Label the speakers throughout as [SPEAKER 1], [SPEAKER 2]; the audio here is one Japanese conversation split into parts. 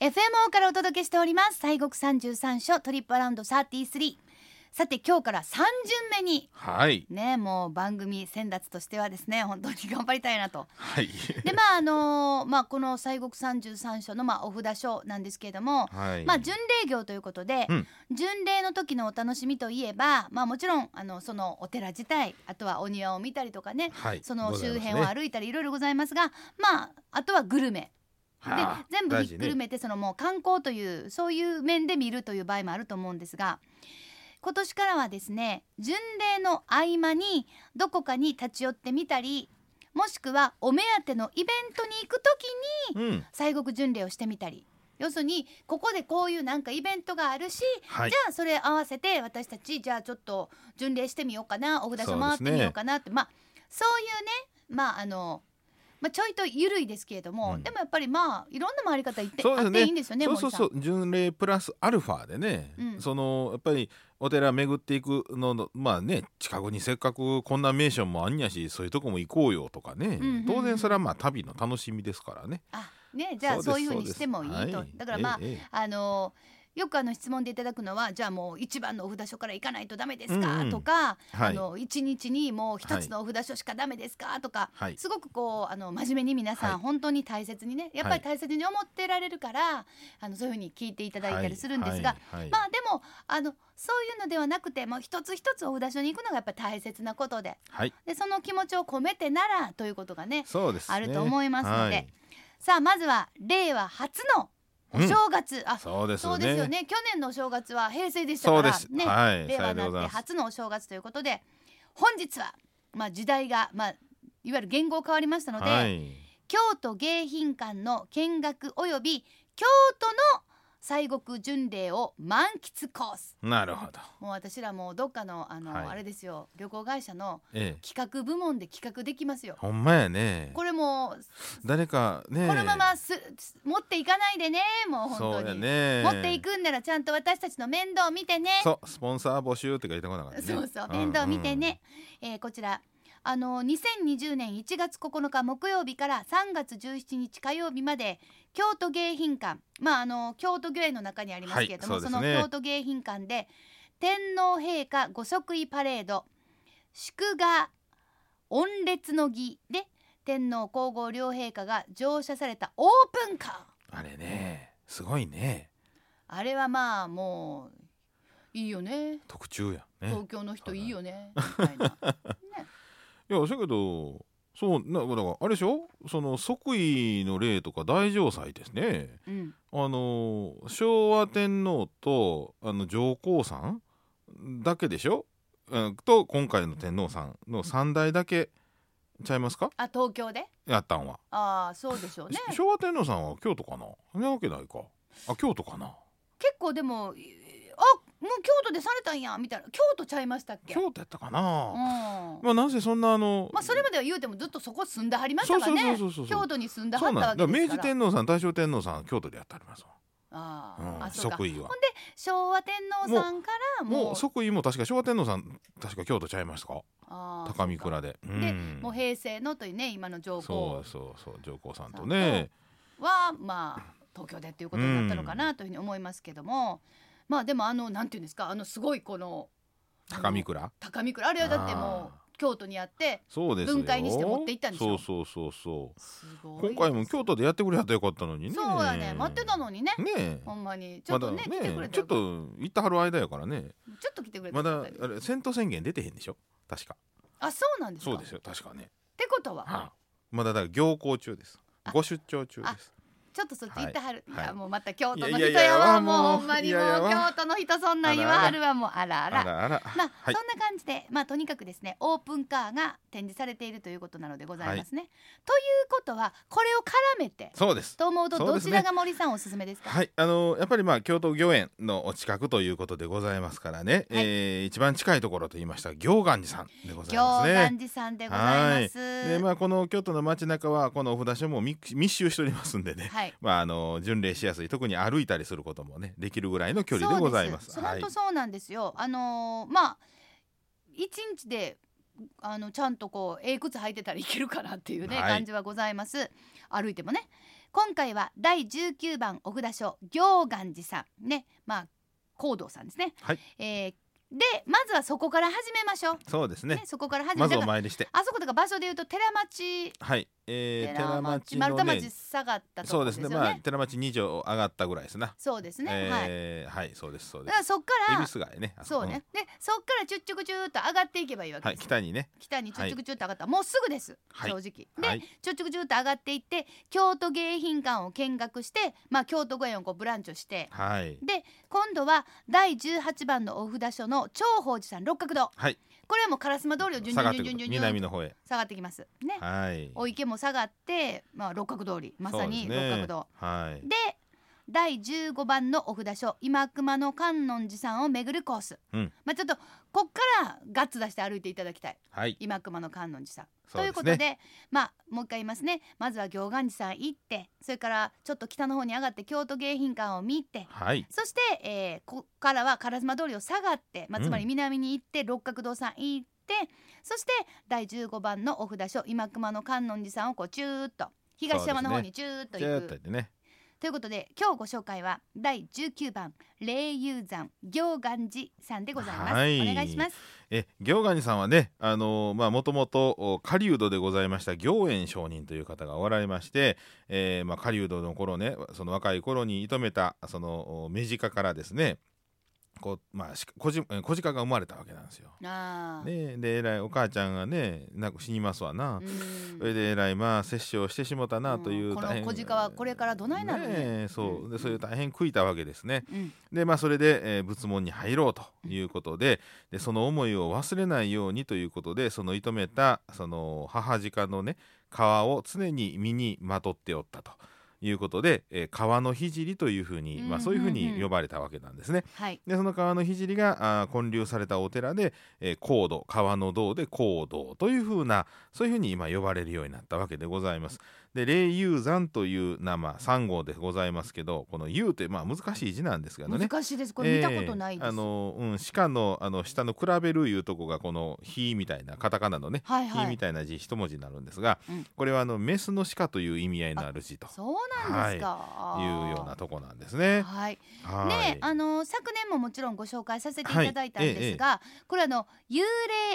[SPEAKER 1] FMO からお届けしております西国33所トリップアラウンド33さて今日から3巡目に
[SPEAKER 2] はい。
[SPEAKER 1] ねもう番組先達としてはですね本当に 頑張りたいなと
[SPEAKER 2] はい。
[SPEAKER 1] でまああのまあこの西国三十三所のまあお札書なんですけれども、
[SPEAKER 2] はい。
[SPEAKER 1] まあ巡礼業ということで、
[SPEAKER 2] うん
[SPEAKER 1] 巡礼の時のお楽しみといえばまあもちろんあのそのお寺自体あとはお庭を見たりとかね、
[SPEAKER 2] はい
[SPEAKER 1] その
[SPEAKER 2] ござい
[SPEAKER 1] 周
[SPEAKER 2] ますね
[SPEAKER 1] 辺を歩いたりいろいろございますがまああとはグルメで
[SPEAKER 2] はあ
[SPEAKER 1] 全部
[SPEAKER 2] 大
[SPEAKER 1] ひ
[SPEAKER 2] 事
[SPEAKER 1] っくるめてそのもう観光というそういう面で見るという場合もあると思うんですが今年からはですね巡礼の合間にどこかに立ち寄ってみたりもしくはお目当てのイベントに行く時に
[SPEAKER 2] ね。うん。
[SPEAKER 1] 西国巡礼をしてみたり要するにここでこういうなんかイベントがあるし、
[SPEAKER 2] はい
[SPEAKER 1] じゃあそれ合わせて私たちじゃあちょっと巡礼してみようかなお札所
[SPEAKER 2] そう
[SPEAKER 1] 回
[SPEAKER 2] で
[SPEAKER 1] っ
[SPEAKER 2] す
[SPEAKER 1] て
[SPEAKER 2] ね
[SPEAKER 1] みようかなって、まあそういうねまああの、まあ、ちょいと緩いですけれども、
[SPEAKER 2] うん
[SPEAKER 1] でもやっぱりまあいろんな回り方言って、
[SPEAKER 2] そうで
[SPEAKER 1] あ
[SPEAKER 2] す
[SPEAKER 1] って
[SPEAKER 2] ね
[SPEAKER 1] いいんですよね
[SPEAKER 2] そうそうそうう巡礼プラスアルファでね、
[SPEAKER 1] うん
[SPEAKER 2] そのやっぱりお寺巡っていくののまあね近くにせっかくこんな名所もあんやしそういうとこも行こうよとかね、
[SPEAKER 1] うんうん
[SPEAKER 2] 当然それはまあ旅の楽しみですからね。
[SPEAKER 1] あねじゃあそういうふうにしてもいいと、だからまあ、あのよくあの質問でいただくのはじゃあもう一番のお札所から行かないとダメですか、
[SPEAKER 2] うんうん
[SPEAKER 1] とか、
[SPEAKER 2] あ、は
[SPEAKER 1] あ
[SPEAKER 2] い、
[SPEAKER 1] の一日にもう一つのお札所しかダメですか、とか、
[SPEAKER 2] はい
[SPEAKER 1] すごくこうあの真面目に皆さん、
[SPEAKER 2] はい
[SPEAKER 1] 本当に大切にねやっぱり大切に思ってられるから、あのそういうふうに聞いていただいたりするんですが、
[SPEAKER 2] はいはい
[SPEAKER 1] まあでもあのそういうのではなくてもう一つ一つお札所に行くのがやっぱり大切なことで
[SPEAKER 2] はい
[SPEAKER 1] でその気持ちを込めてならということがね
[SPEAKER 2] そうですね
[SPEAKER 1] あると思いますので
[SPEAKER 2] はい
[SPEAKER 1] さあまずは令和初のお正月、あ
[SPEAKER 2] そうです
[SPEAKER 1] そ
[SPEAKER 2] よ
[SPEAKER 1] う
[SPEAKER 2] ね
[SPEAKER 1] ですよね去年のお正月は平成でした
[SPEAKER 2] そ
[SPEAKER 1] か
[SPEAKER 2] うで
[SPEAKER 1] ら
[SPEAKER 2] す
[SPEAKER 1] ね、
[SPEAKER 2] はい
[SPEAKER 1] 令
[SPEAKER 2] さよ
[SPEAKER 1] 和
[SPEAKER 2] うで
[SPEAKER 1] な
[SPEAKER 2] ござ
[SPEAKER 1] っ
[SPEAKER 2] い
[SPEAKER 1] て
[SPEAKER 2] ます
[SPEAKER 1] 初のお正月ということで本日は、まあ、時代が、まあ、いわゆる言語変わりましたので、
[SPEAKER 2] はい
[SPEAKER 1] 京都迎賓館の見学および京都の西国巡礼を満喫コース
[SPEAKER 2] なるほど、
[SPEAKER 1] もう私らもうどっかのあの、
[SPEAKER 2] はい
[SPEAKER 1] あれですよ旅行会社の
[SPEAKER 2] ええ、
[SPEAKER 1] 企画部門で企画できますよ。
[SPEAKER 2] ほんまやね
[SPEAKER 1] これも
[SPEAKER 2] 誰かね
[SPEAKER 1] このまます、す持っていかないでねもう
[SPEAKER 2] そ
[SPEAKER 1] 本
[SPEAKER 2] う
[SPEAKER 1] 当
[SPEAKER 2] や
[SPEAKER 1] に、
[SPEAKER 2] ね
[SPEAKER 1] 持っていくんならちゃんと私たちの面倒見てね
[SPEAKER 2] そうスポンサー募集って書いてこなかったね
[SPEAKER 1] そうそう面倒見てね、えーこちらあの2020年1月9日木曜日から3月17日火曜日まで京都迎賓館まああの京都御苑の中にありますけれども、
[SPEAKER 2] はい
[SPEAKER 1] そ
[SPEAKER 2] そうで
[SPEAKER 1] の
[SPEAKER 2] すね
[SPEAKER 1] 京都迎賓館で天皇陛下御即位パレード祝賀御列の儀で天皇皇后両陛下が乗車されたオープンカー
[SPEAKER 2] あれねすごいね
[SPEAKER 1] あれはまあもういいよね
[SPEAKER 2] 特注やね
[SPEAKER 1] 東京の人いいよねみたいな。ね
[SPEAKER 2] いやせやけどそうなだからあれでしょその即位の例とか大城祭ですね
[SPEAKER 1] うん
[SPEAKER 2] あの昭和天皇とあの上皇さんだけでしょ、うん、と今回の天皇さんの三代だけちゃいますか
[SPEAKER 1] あ東京で
[SPEAKER 2] やったんは、
[SPEAKER 1] ああそうでしょうね
[SPEAKER 2] し昭和天皇さんは京都かなそんなわけないかあ京都かな
[SPEAKER 1] 結構でもいあもう京都でされたんやみたいな京都ちゃいましたっけうん
[SPEAKER 2] 京都やったかな、
[SPEAKER 1] ま
[SPEAKER 2] まあなぜそんなあの、
[SPEAKER 1] あそれまでは言うてもずっとそこ住んではりまし
[SPEAKER 2] そ
[SPEAKER 1] た
[SPEAKER 2] う
[SPEAKER 1] か
[SPEAKER 2] そう
[SPEAKER 1] ら
[SPEAKER 2] そう
[SPEAKER 1] ね
[SPEAKER 2] そうそう
[SPEAKER 1] 京都に住んでは
[SPEAKER 2] そ
[SPEAKER 1] っ
[SPEAKER 2] う
[SPEAKER 1] た
[SPEAKER 2] な
[SPEAKER 1] わ
[SPEAKER 2] ん
[SPEAKER 1] け
[SPEAKER 2] だ
[SPEAKER 1] で
[SPEAKER 2] 明
[SPEAKER 1] すか
[SPEAKER 2] 治
[SPEAKER 1] ら
[SPEAKER 2] 天皇さん大正天皇さん京都でやってありますわ
[SPEAKER 1] あ
[SPEAKER 2] う
[SPEAKER 1] あ、
[SPEAKER 2] ん
[SPEAKER 1] あそうか
[SPEAKER 2] 即位は
[SPEAKER 1] ほんで昭和天皇さんからもう
[SPEAKER 2] もう即位も確か昭和天皇さん確か京都ちゃいましたか
[SPEAKER 1] ああ
[SPEAKER 2] 高見
[SPEAKER 1] そう
[SPEAKER 2] 倉で
[SPEAKER 1] かで
[SPEAKER 2] ん
[SPEAKER 1] もう平成のというね今の上
[SPEAKER 2] そ
[SPEAKER 1] 皇
[SPEAKER 2] うそうそう上皇さんとね
[SPEAKER 1] はまあ東京でっていうことになったのかなというふうに思いますけども、まあでもあのなんていうんですかあのすごいこの
[SPEAKER 2] 高見倉
[SPEAKER 1] 高見倉あれはだっても
[SPEAKER 2] あ
[SPEAKER 1] う京都にあって
[SPEAKER 2] そうですよ
[SPEAKER 1] 文化にして持って行ったんでしょ
[SPEAKER 2] そうそうそう
[SPEAKER 1] す
[SPEAKER 2] そ
[SPEAKER 1] ご
[SPEAKER 2] う
[SPEAKER 1] いです
[SPEAKER 2] 今回も京都でやってくれはったらよかったのにね
[SPEAKER 1] そうやね待ってたのにね
[SPEAKER 2] ねえ
[SPEAKER 1] ほんまにちょっとね,、
[SPEAKER 2] まだ
[SPEAKER 1] 来てくれた
[SPEAKER 2] ちょっと行ったはる間やからね
[SPEAKER 1] ちょっと来てくれた
[SPEAKER 2] まだ
[SPEAKER 1] あ
[SPEAKER 2] あれ戦闘宣言出てへんでしょ確か
[SPEAKER 1] そうなんですか
[SPEAKER 2] そうですよ確かね
[SPEAKER 1] ってことは、
[SPEAKER 2] はあまだだから行幸中です
[SPEAKER 1] あ
[SPEAKER 2] ご出張中です
[SPEAKER 1] ちょっとそっち行ってはる、
[SPEAKER 2] は
[SPEAKER 1] い、
[SPEAKER 2] い
[SPEAKER 1] や
[SPEAKER 2] はい
[SPEAKER 1] もうまた京都の
[SPEAKER 2] い
[SPEAKER 1] 人
[SPEAKER 2] やいやい
[SPEAKER 1] や
[SPEAKER 2] や
[SPEAKER 1] わ
[SPEAKER 2] もう
[SPEAKER 1] もうほんまにもう
[SPEAKER 2] いやいやわ
[SPEAKER 1] 京都の人そんな言わはるわもうあらあら
[SPEAKER 2] あらあら
[SPEAKER 1] まあ、
[SPEAKER 2] はい
[SPEAKER 1] そんな感じで、まあ、とにかくですねオープンカーが展示されているということなのでございますね。ということはこれを絡めて
[SPEAKER 2] そうです
[SPEAKER 1] と思うと
[SPEAKER 2] そう
[SPEAKER 1] ど
[SPEAKER 2] です
[SPEAKER 1] ち
[SPEAKER 2] ね
[SPEAKER 1] らが森さんおすすめですか
[SPEAKER 2] はい、あのやっぱりまあ京都御苑のお近くということでございますからね、
[SPEAKER 1] はい
[SPEAKER 2] えー一番近いところと言いました行願寺さんでございま
[SPEAKER 1] 行
[SPEAKER 2] すね
[SPEAKER 1] 願。寺さんでございます。
[SPEAKER 2] でまあこの京都の街中はこのお札所も密 密集しておりますんでね、
[SPEAKER 1] はい
[SPEAKER 2] まああの巡礼しやすい特に歩いたりすることもねできるぐらいの距離でございます。
[SPEAKER 1] そうで
[SPEAKER 2] は
[SPEAKER 1] 本
[SPEAKER 2] い
[SPEAKER 1] 当、そうなんですよ。あのーまあ一日であのちゃんとこうええ靴履いてたらいけるかなっていうね、
[SPEAKER 2] はい
[SPEAKER 1] 感じはございます。歩いてもね。今回は第19番お札所行願寺さんねまあ行動さんですね、
[SPEAKER 2] はい
[SPEAKER 1] えーでまずはそこから始めましょう、
[SPEAKER 2] そうです
[SPEAKER 1] ね
[SPEAKER 2] ね
[SPEAKER 1] そこから始め
[SPEAKER 2] まず
[SPEAKER 1] だ
[SPEAKER 2] お
[SPEAKER 1] から
[SPEAKER 2] 参りして
[SPEAKER 1] あそことか場所で言うと寺町
[SPEAKER 2] はい、えー、寺町
[SPEAKER 1] 丸
[SPEAKER 2] の
[SPEAKER 1] 太
[SPEAKER 2] ね
[SPEAKER 1] 町下がったとこ
[SPEAKER 2] そう
[SPEAKER 1] ろ
[SPEAKER 2] で
[SPEAKER 1] ですす
[SPEAKER 2] ね
[SPEAKER 1] よね。
[SPEAKER 2] まあ寺町二条上がったぐらいですな
[SPEAKER 1] そうですね、はい。
[SPEAKER 2] えーはい、そうですそう
[SPEAKER 1] だ
[SPEAKER 2] で
[SPEAKER 1] から
[SPEAKER 2] す
[SPEAKER 1] そっか
[SPEAKER 2] 恵
[SPEAKER 1] ら
[SPEAKER 2] 比寿街ねあこ
[SPEAKER 1] そうね、でそっからちゅっちゅくちゅっと上がっていけばいいわ
[SPEAKER 2] うん
[SPEAKER 1] け
[SPEAKER 2] は
[SPEAKER 1] で
[SPEAKER 2] い
[SPEAKER 1] す、
[SPEAKER 2] 北にね
[SPEAKER 1] 北にちょっちょくちょっと上がった、もうすぐです、
[SPEAKER 2] はい
[SPEAKER 1] 正直で、
[SPEAKER 2] はい
[SPEAKER 1] ちょっちょくちょっと上がっていって京都迎賓館を見学して、まあ、京都御苑をこうブランチをして
[SPEAKER 2] はい
[SPEAKER 1] で今度は第18番のお札所の長宝寺さん六角堂、
[SPEAKER 2] はい
[SPEAKER 1] これはもう烏丸通りを順
[SPEAKER 2] 下が
[SPEAKER 1] 々
[SPEAKER 2] っ
[SPEAKER 1] 順
[SPEAKER 2] て
[SPEAKER 1] 々順
[SPEAKER 2] くる
[SPEAKER 1] 々
[SPEAKER 2] 南の方へ
[SPEAKER 1] 下がってきますね、
[SPEAKER 2] はい
[SPEAKER 1] お池も下がって、まあ、六角通りまさに
[SPEAKER 2] そう
[SPEAKER 1] 六
[SPEAKER 2] ですね
[SPEAKER 1] 角堂、
[SPEAKER 2] はい
[SPEAKER 1] で第15番のお札所今熊野観音寺さんを巡るコース、
[SPEAKER 2] うん
[SPEAKER 1] まあちょっとこっからガッツ出して歩いていただきたい
[SPEAKER 2] はい
[SPEAKER 1] 今熊野観音寺さん。と
[SPEAKER 2] そう
[SPEAKER 1] い
[SPEAKER 2] で
[SPEAKER 1] うこ
[SPEAKER 2] す
[SPEAKER 1] と
[SPEAKER 2] ね
[SPEAKER 1] でまあもう一回言いますねまずは行願寺さん行ってそれからちょっと北の方に上がって京都迎賓館を見て
[SPEAKER 2] はい
[SPEAKER 1] そして、えーここからは烏丸通りを下がって、まあ、
[SPEAKER 2] うん
[SPEAKER 1] つまり南に行って六角堂さん行って、そして第15番のお札所今熊野観音寺さんをこうチューッと東山の方にチューッと
[SPEAKER 2] じゃあ
[SPEAKER 1] 行
[SPEAKER 2] やっ
[SPEAKER 1] く。
[SPEAKER 2] といてね
[SPEAKER 1] ということで今日ご紹介は第19番霊友山行願寺さんでございます、
[SPEAKER 2] はい
[SPEAKER 1] お願いします
[SPEAKER 2] え行臥さんはねあのーまあもともと狩人でございました行円上人という方がおられまして、えーまあ、狩人の頃ねその若い頃に射止めたそのお目近からですねこうまあし小じ小鹿が生まれたわけなんですよ。
[SPEAKER 1] ああ、
[SPEAKER 2] ね、でえらいお母ちゃんがねなんか死にますわな、
[SPEAKER 1] うん
[SPEAKER 2] それでえらいまあ摂取をしてしもたなといううん大変、
[SPEAKER 1] この小鹿はこれからどないなるね
[SPEAKER 2] えそう
[SPEAKER 1] うん
[SPEAKER 2] でそういう大変悔いたわけですね。
[SPEAKER 1] うん
[SPEAKER 2] でまあそれで、えー仏門に入ろうということで,、でその思いを忘れないようにということでその射止めたその母鹿のね皮を常に身にまとっておったということで、えー、川の聖というふうに、まあ、そういうふう
[SPEAKER 1] うんうんう
[SPEAKER 2] に
[SPEAKER 1] ん
[SPEAKER 2] 呼ばれたわけなんですね。
[SPEAKER 1] はい
[SPEAKER 2] でその川の聖があー建立されたお寺で、えー、高度川の道で高度というふうなそういうふうに今呼ばれるようになったわけでございます。で霊友山という名前3号でございますけどこの「友」ってまあ難しい字なんですけどね。
[SPEAKER 1] 難しいですこれ見たことないです、
[SPEAKER 2] ええあのうん、鹿のあの下の比べるいうとこがこの「火」みたいなカタカナのね「
[SPEAKER 1] はい
[SPEAKER 2] 火、
[SPEAKER 1] は
[SPEAKER 2] み
[SPEAKER 1] い
[SPEAKER 2] たいな字一文字になるんですが、
[SPEAKER 1] うん
[SPEAKER 2] これはあのメスの鹿という意味合いのある字と
[SPEAKER 1] そうなんですか、
[SPEAKER 2] いうようなとこなんですね。
[SPEAKER 1] はい
[SPEAKER 2] はい
[SPEAKER 1] ねあの昨年ももちろんご紹介させていただいたんですが、これあの幽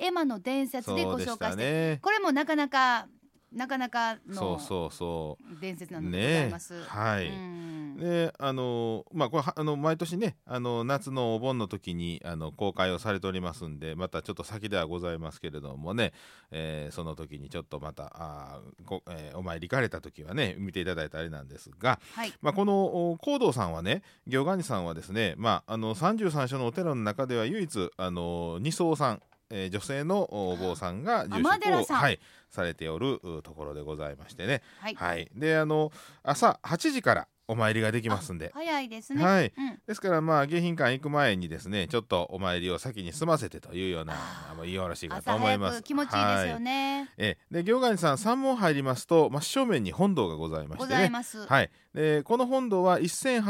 [SPEAKER 1] 霊エマの伝説で
[SPEAKER 2] そ
[SPEAKER 1] ご
[SPEAKER 2] うで
[SPEAKER 1] 紹介
[SPEAKER 2] した
[SPEAKER 1] して、
[SPEAKER 2] ね。
[SPEAKER 1] これもなかなかなかなか
[SPEAKER 2] そ
[SPEAKER 1] の
[SPEAKER 2] うそうそ
[SPEAKER 1] 伝説な
[SPEAKER 2] う。
[SPEAKER 1] のでござい
[SPEAKER 2] ね
[SPEAKER 1] ます、
[SPEAKER 2] はい。
[SPEAKER 1] うん
[SPEAKER 2] であのまあこれはあの毎年ねあの夏のお盆の時にあの公開をされておりますんでまたちょっと先ではございますけれどもね、えーその時にちょっとまたあーこ、えーお参り行かれた時はね見ていただいたあれなんですが、
[SPEAKER 1] はい
[SPEAKER 2] まあ、このお行道さんはね行願寺さんはですね、まあ、あの33所のお寺の中では唯一あの二層さん、えー女性のお坊さんが住
[SPEAKER 1] 天寺
[SPEAKER 2] 職を
[SPEAKER 1] さん
[SPEAKER 2] はい、されておるうところでございましてね
[SPEAKER 1] はい
[SPEAKER 2] はい、であの朝8時からお参りができますんで、
[SPEAKER 1] 早いですね。
[SPEAKER 2] はい、
[SPEAKER 1] うん、
[SPEAKER 2] ですからまあ迎賓館行く前にですねちょっとお参りを先に済ませてというようなあの言いおろしかと
[SPEAKER 1] 朝
[SPEAKER 2] 思い
[SPEAKER 1] 早
[SPEAKER 2] ます。
[SPEAKER 1] く気持ちいいですよ
[SPEAKER 2] はい
[SPEAKER 1] ね。
[SPEAKER 2] ええで行願寺さん三門入りますと、真正面に本堂がございま
[SPEAKER 1] ご
[SPEAKER 2] して
[SPEAKER 1] ざい
[SPEAKER 2] ね。
[SPEAKER 1] ます。
[SPEAKER 2] はい、でこの本堂は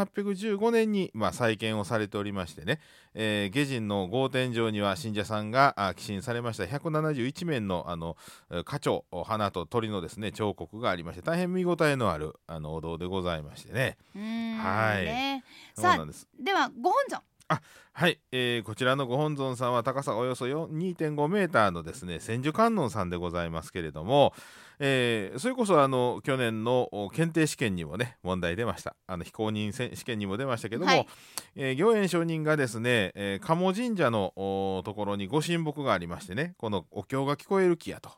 [SPEAKER 2] 1815年に、まあ、再建をされておりましてね、えー、下人の豪天城には信者さんがあ寄進されました171面のあのえー花鳥花と鳥のですね彫刻がありまして大変見応えのあるあのお堂でございましてね
[SPEAKER 1] うーん
[SPEAKER 2] はい
[SPEAKER 1] ね、
[SPEAKER 2] そう
[SPEAKER 1] さあ
[SPEAKER 2] なんです
[SPEAKER 1] ではご本尊。
[SPEAKER 2] はい、えーこちらのご本尊さんは高さおよそよ2.5メーターのですね千手観音さんでございますけれども、えーそれこそあの去年のお検定試験にもね問題出ましたあの非公認せ試験にも出ましたけども、
[SPEAKER 1] はい
[SPEAKER 2] えー行円上人がですね、えー鴨神社のおところにご神木がありましてねこのお経が聞こえる木やと。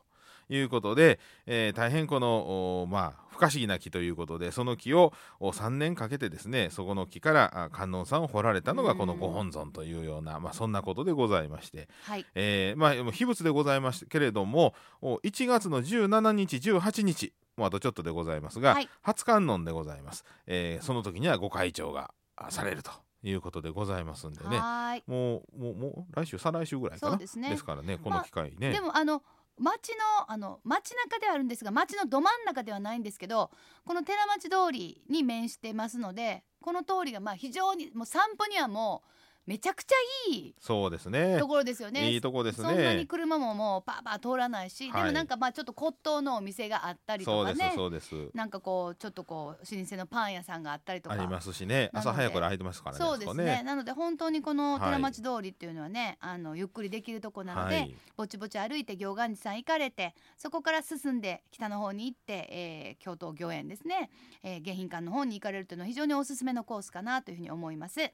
[SPEAKER 2] いうことで、えー大変このおまあ不可思議な木ということでその木をお3年かけてですねそこの木からあ観音さんを掘られたのがこのご本尊というような、まあ、そんなことでございまして、
[SPEAKER 1] はい。
[SPEAKER 2] えーまあもう秘仏でございましたけれどもお1月の17日18日もうあとちょっとでございますが、
[SPEAKER 1] はい
[SPEAKER 2] 初観音でございます、えーその時にはご会長があされるということでございますんでね
[SPEAKER 1] はーい。
[SPEAKER 2] もうもうもう来週再来週ぐらいか
[SPEAKER 1] そう
[SPEAKER 2] な
[SPEAKER 1] ですね
[SPEAKER 2] からねこの機会ね、
[SPEAKER 1] でもあの町のあの町中ではあるんですが町のど真ん中ではないんですけどこの寺町通りに面してますのでこの通りがまあ非常にもう散歩にはもうめちゃくちゃいい
[SPEAKER 2] そうですね
[SPEAKER 1] ところですよね
[SPEAKER 2] いいとこで
[SPEAKER 1] そ
[SPEAKER 2] す
[SPEAKER 1] んなに
[SPEAKER 2] ね
[SPEAKER 1] 車ももうパーパー通らないし、で
[SPEAKER 2] は
[SPEAKER 1] も
[SPEAKER 2] い
[SPEAKER 1] なんかまあちょっと骨董のお店があったりと
[SPEAKER 2] そう
[SPEAKER 1] か
[SPEAKER 2] です
[SPEAKER 1] ね
[SPEAKER 2] そうです
[SPEAKER 1] なんかこうちょっとこう老舗のパン屋さんがあったりとか
[SPEAKER 2] ありますしね
[SPEAKER 1] なので
[SPEAKER 2] 朝早くから空いてますからね
[SPEAKER 1] そうですねなので本当にこの
[SPEAKER 2] はい
[SPEAKER 1] 寺町通りっていうのはね、あのゆっくりできるとこ
[SPEAKER 2] あそこね
[SPEAKER 1] なので、
[SPEAKER 2] はい
[SPEAKER 1] ぼちぼち歩いて行願寺さん行かれてそこから進んで北の方に行って、えー京都御苑ですね、えー、迎賓館の方に行かれるというのは非常におすすめのコースかなというふうに思います。で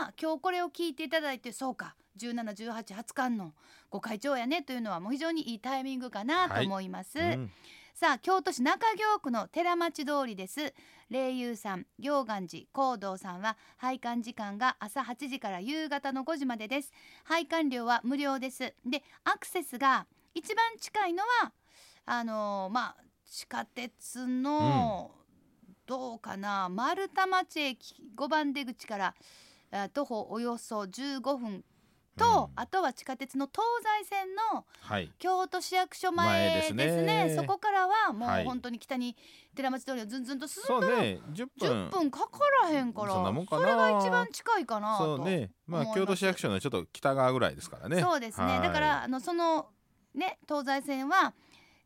[SPEAKER 1] まあ今日これを聞いていただいてそうか171820館のご会長やねというのはもう非常にいいタイミングかなと思います。
[SPEAKER 2] うん
[SPEAKER 1] さあ京都市中京区の寺町通りです霊友さん行願寺行道さんは拝観時間が朝8時から夕方の5時までです拝観料は無料ですでアクセスが一番近いのはあのーまあ地下鉄の、どうかな丸太町駅5番出口からあ徒歩およそ15分と、
[SPEAKER 2] うん
[SPEAKER 1] あとは地下鉄の東西線の
[SPEAKER 2] はい
[SPEAKER 1] 京都市役所前
[SPEAKER 2] 前
[SPEAKER 1] ですね
[SPEAKER 2] ですね
[SPEAKER 1] そこからはも
[SPEAKER 2] は
[SPEAKER 1] う
[SPEAKER 2] い
[SPEAKER 1] 本当に北に寺町通りをずんずんと進
[SPEAKER 2] そ
[SPEAKER 1] んだ
[SPEAKER 2] う
[SPEAKER 1] ら
[SPEAKER 2] ね10
[SPEAKER 1] 10分
[SPEAKER 2] 分
[SPEAKER 1] かからへんから
[SPEAKER 2] そんなもんかな
[SPEAKER 1] それが一番近いかなと
[SPEAKER 2] そうねまあ
[SPEAKER 1] 思います
[SPEAKER 2] 京都市役所のちょっと北側ぐらいですからね
[SPEAKER 1] そうですね
[SPEAKER 2] はい
[SPEAKER 1] だからあのそのね東西線は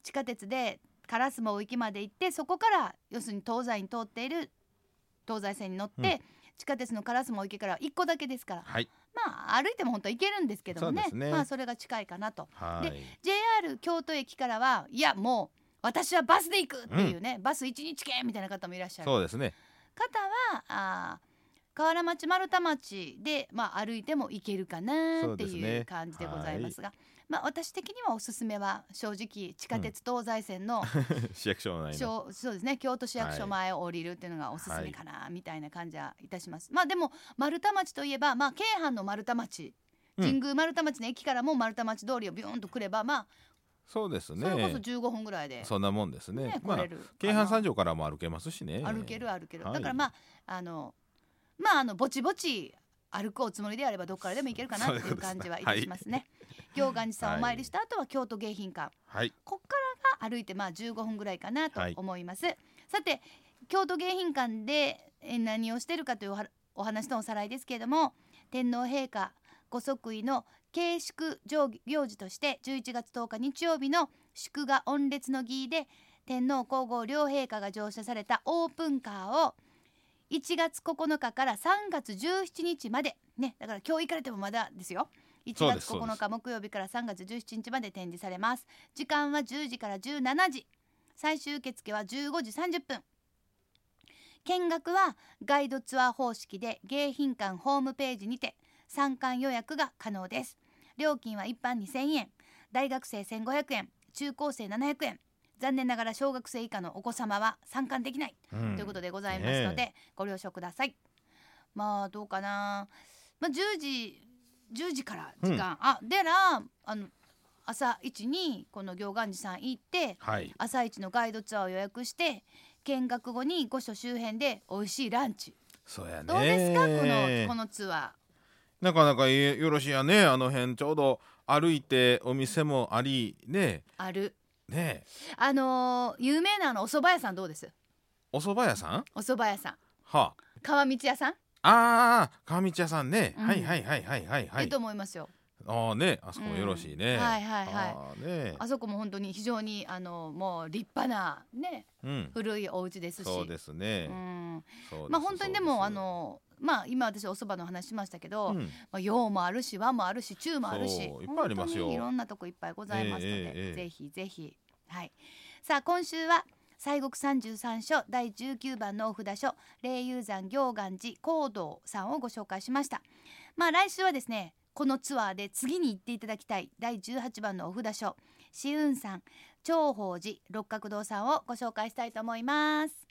[SPEAKER 1] 地下鉄で烏丸駅まで行ってそこから要するに東西に通っている東西線に乗って、
[SPEAKER 2] うん
[SPEAKER 1] 地下鉄の烏丸駅から1個だけですから
[SPEAKER 2] はい
[SPEAKER 1] まあ歩いても本当は行けるんですけどもね
[SPEAKER 2] そうですね
[SPEAKER 1] まあそれが近いかなと
[SPEAKER 2] はい
[SPEAKER 1] JR 京都駅からはいやもう私はバスで行くっていうね、バス一日券みたいな方もいらっしゃる
[SPEAKER 2] そうですね
[SPEAKER 1] 方はあー河原町丸太町で、まあ、歩いても行けるかなって
[SPEAKER 2] そうです
[SPEAKER 1] いう
[SPEAKER 2] ね
[SPEAKER 1] 感じでございますがまあ、私的にはおすすめは正直地下鉄東西線 の、
[SPEAKER 2] 市役所の内
[SPEAKER 1] し
[SPEAKER 2] の
[SPEAKER 1] ょうそうですね京都市役所前を降りるっていうのがおすすめかなみたいな感じはいたします、まあでも丸太町といえば、まあ、京阪の丸太町
[SPEAKER 2] うん
[SPEAKER 1] 神宮丸太町の駅からも丸太町通りをビューンとくればまあ
[SPEAKER 2] そうですね
[SPEAKER 1] それこそ15分ぐらいで、
[SPEAKER 2] そんなもんですね
[SPEAKER 1] ね、
[SPEAKER 2] ま
[SPEAKER 1] 来
[SPEAKER 2] あ
[SPEAKER 1] れる。
[SPEAKER 2] 京阪三
[SPEAKER 1] 条
[SPEAKER 2] 条からも歩けますしね
[SPEAKER 1] 歩ける歩ける。
[SPEAKER 2] はい
[SPEAKER 1] だからまああのまああのぼちぼち歩くおつもりであればどっからでも行けるかなって
[SPEAKER 2] そう
[SPEAKER 1] い
[SPEAKER 2] いううことです
[SPEAKER 1] 感
[SPEAKER 2] ね
[SPEAKER 1] じはいたしますね。行願寺さんお参りした後は京都迎賓館。
[SPEAKER 2] はい
[SPEAKER 1] こっからが歩いてまあ15分ぐらいかなと
[SPEAKER 2] はい
[SPEAKER 1] 思います。さて京都迎賓館でえ何をしてるかというおはお話のおさらいですけれども天皇陛下ご即位の慶祝行事として11月10日日曜日の祝賀御列の儀で天皇皇后両陛下が乗車されたオープンカーを1月9日から3月17日までねだから今日行かれてもまだですよ1
[SPEAKER 2] そうで
[SPEAKER 1] 月
[SPEAKER 2] すそうです
[SPEAKER 1] 9日木曜日から3月17日まで展示されます時間は10時から17時最終受付は15時30分見学はガイドツアー方式で迎賓館ホームページにて参観予約が可能です料金は一般2000円大学生1500円中高生700円残念ながら小学生以下のお子様は参観できない
[SPEAKER 2] と
[SPEAKER 1] ということでございますので、ご了承ください。まあどうかな。まあ10時10時から時間、あでらあの朝一にこの行願寺さん行って
[SPEAKER 2] はい
[SPEAKER 1] 朝一のガイドツアーを予約して見学後に御所周辺で美味しいランチ
[SPEAKER 2] そうやね
[SPEAKER 1] どうですか、このこのツア
[SPEAKER 2] なかなかいいよろしいやねあの辺ちょうど歩いてお店もありね
[SPEAKER 1] ーある
[SPEAKER 2] ね
[SPEAKER 1] あのー有名なあのお蕎麦屋さんどうです
[SPEAKER 2] お蕎麦屋さん
[SPEAKER 1] お蕎麦屋さん
[SPEAKER 2] は
[SPEAKER 1] 川道屋さん、
[SPEAKER 2] ああー川道屋さんね、
[SPEAKER 1] うん
[SPEAKER 2] はいはいはいはいはいはい
[SPEAKER 1] いいと思いますよ
[SPEAKER 2] ああねあそこもよろしいね、
[SPEAKER 1] うんはいはいはい
[SPEAKER 2] ああね
[SPEAKER 1] あそこも本当に非常にあのもう立派なね
[SPEAKER 2] うん
[SPEAKER 1] 古いお家ですし
[SPEAKER 2] そうですね、
[SPEAKER 1] うん
[SPEAKER 2] そうです
[SPEAKER 1] まあ本当にでもあ、
[SPEAKER 2] そ
[SPEAKER 1] のまあ今私お蕎麦の話しましたけど、
[SPEAKER 2] う
[SPEAKER 1] ま
[SPEAKER 2] ですうん
[SPEAKER 1] あ洋もあるし和もあるし中もあるし
[SPEAKER 2] そういっぱいあります
[SPEAKER 1] 本
[SPEAKER 2] よ
[SPEAKER 1] 当にいろんなとこいっぱいございますので、
[SPEAKER 2] ええええ
[SPEAKER 1] ぜひぜひはいさあ今週は西国三十三所第19番のお札所霊友山行願寺行道さんをご紹介しましたまあ来週はですねこのツアーで次に行っていただきたい第18番のお札所紫雲山長宝寺六角堂さんをご紹介したいと思います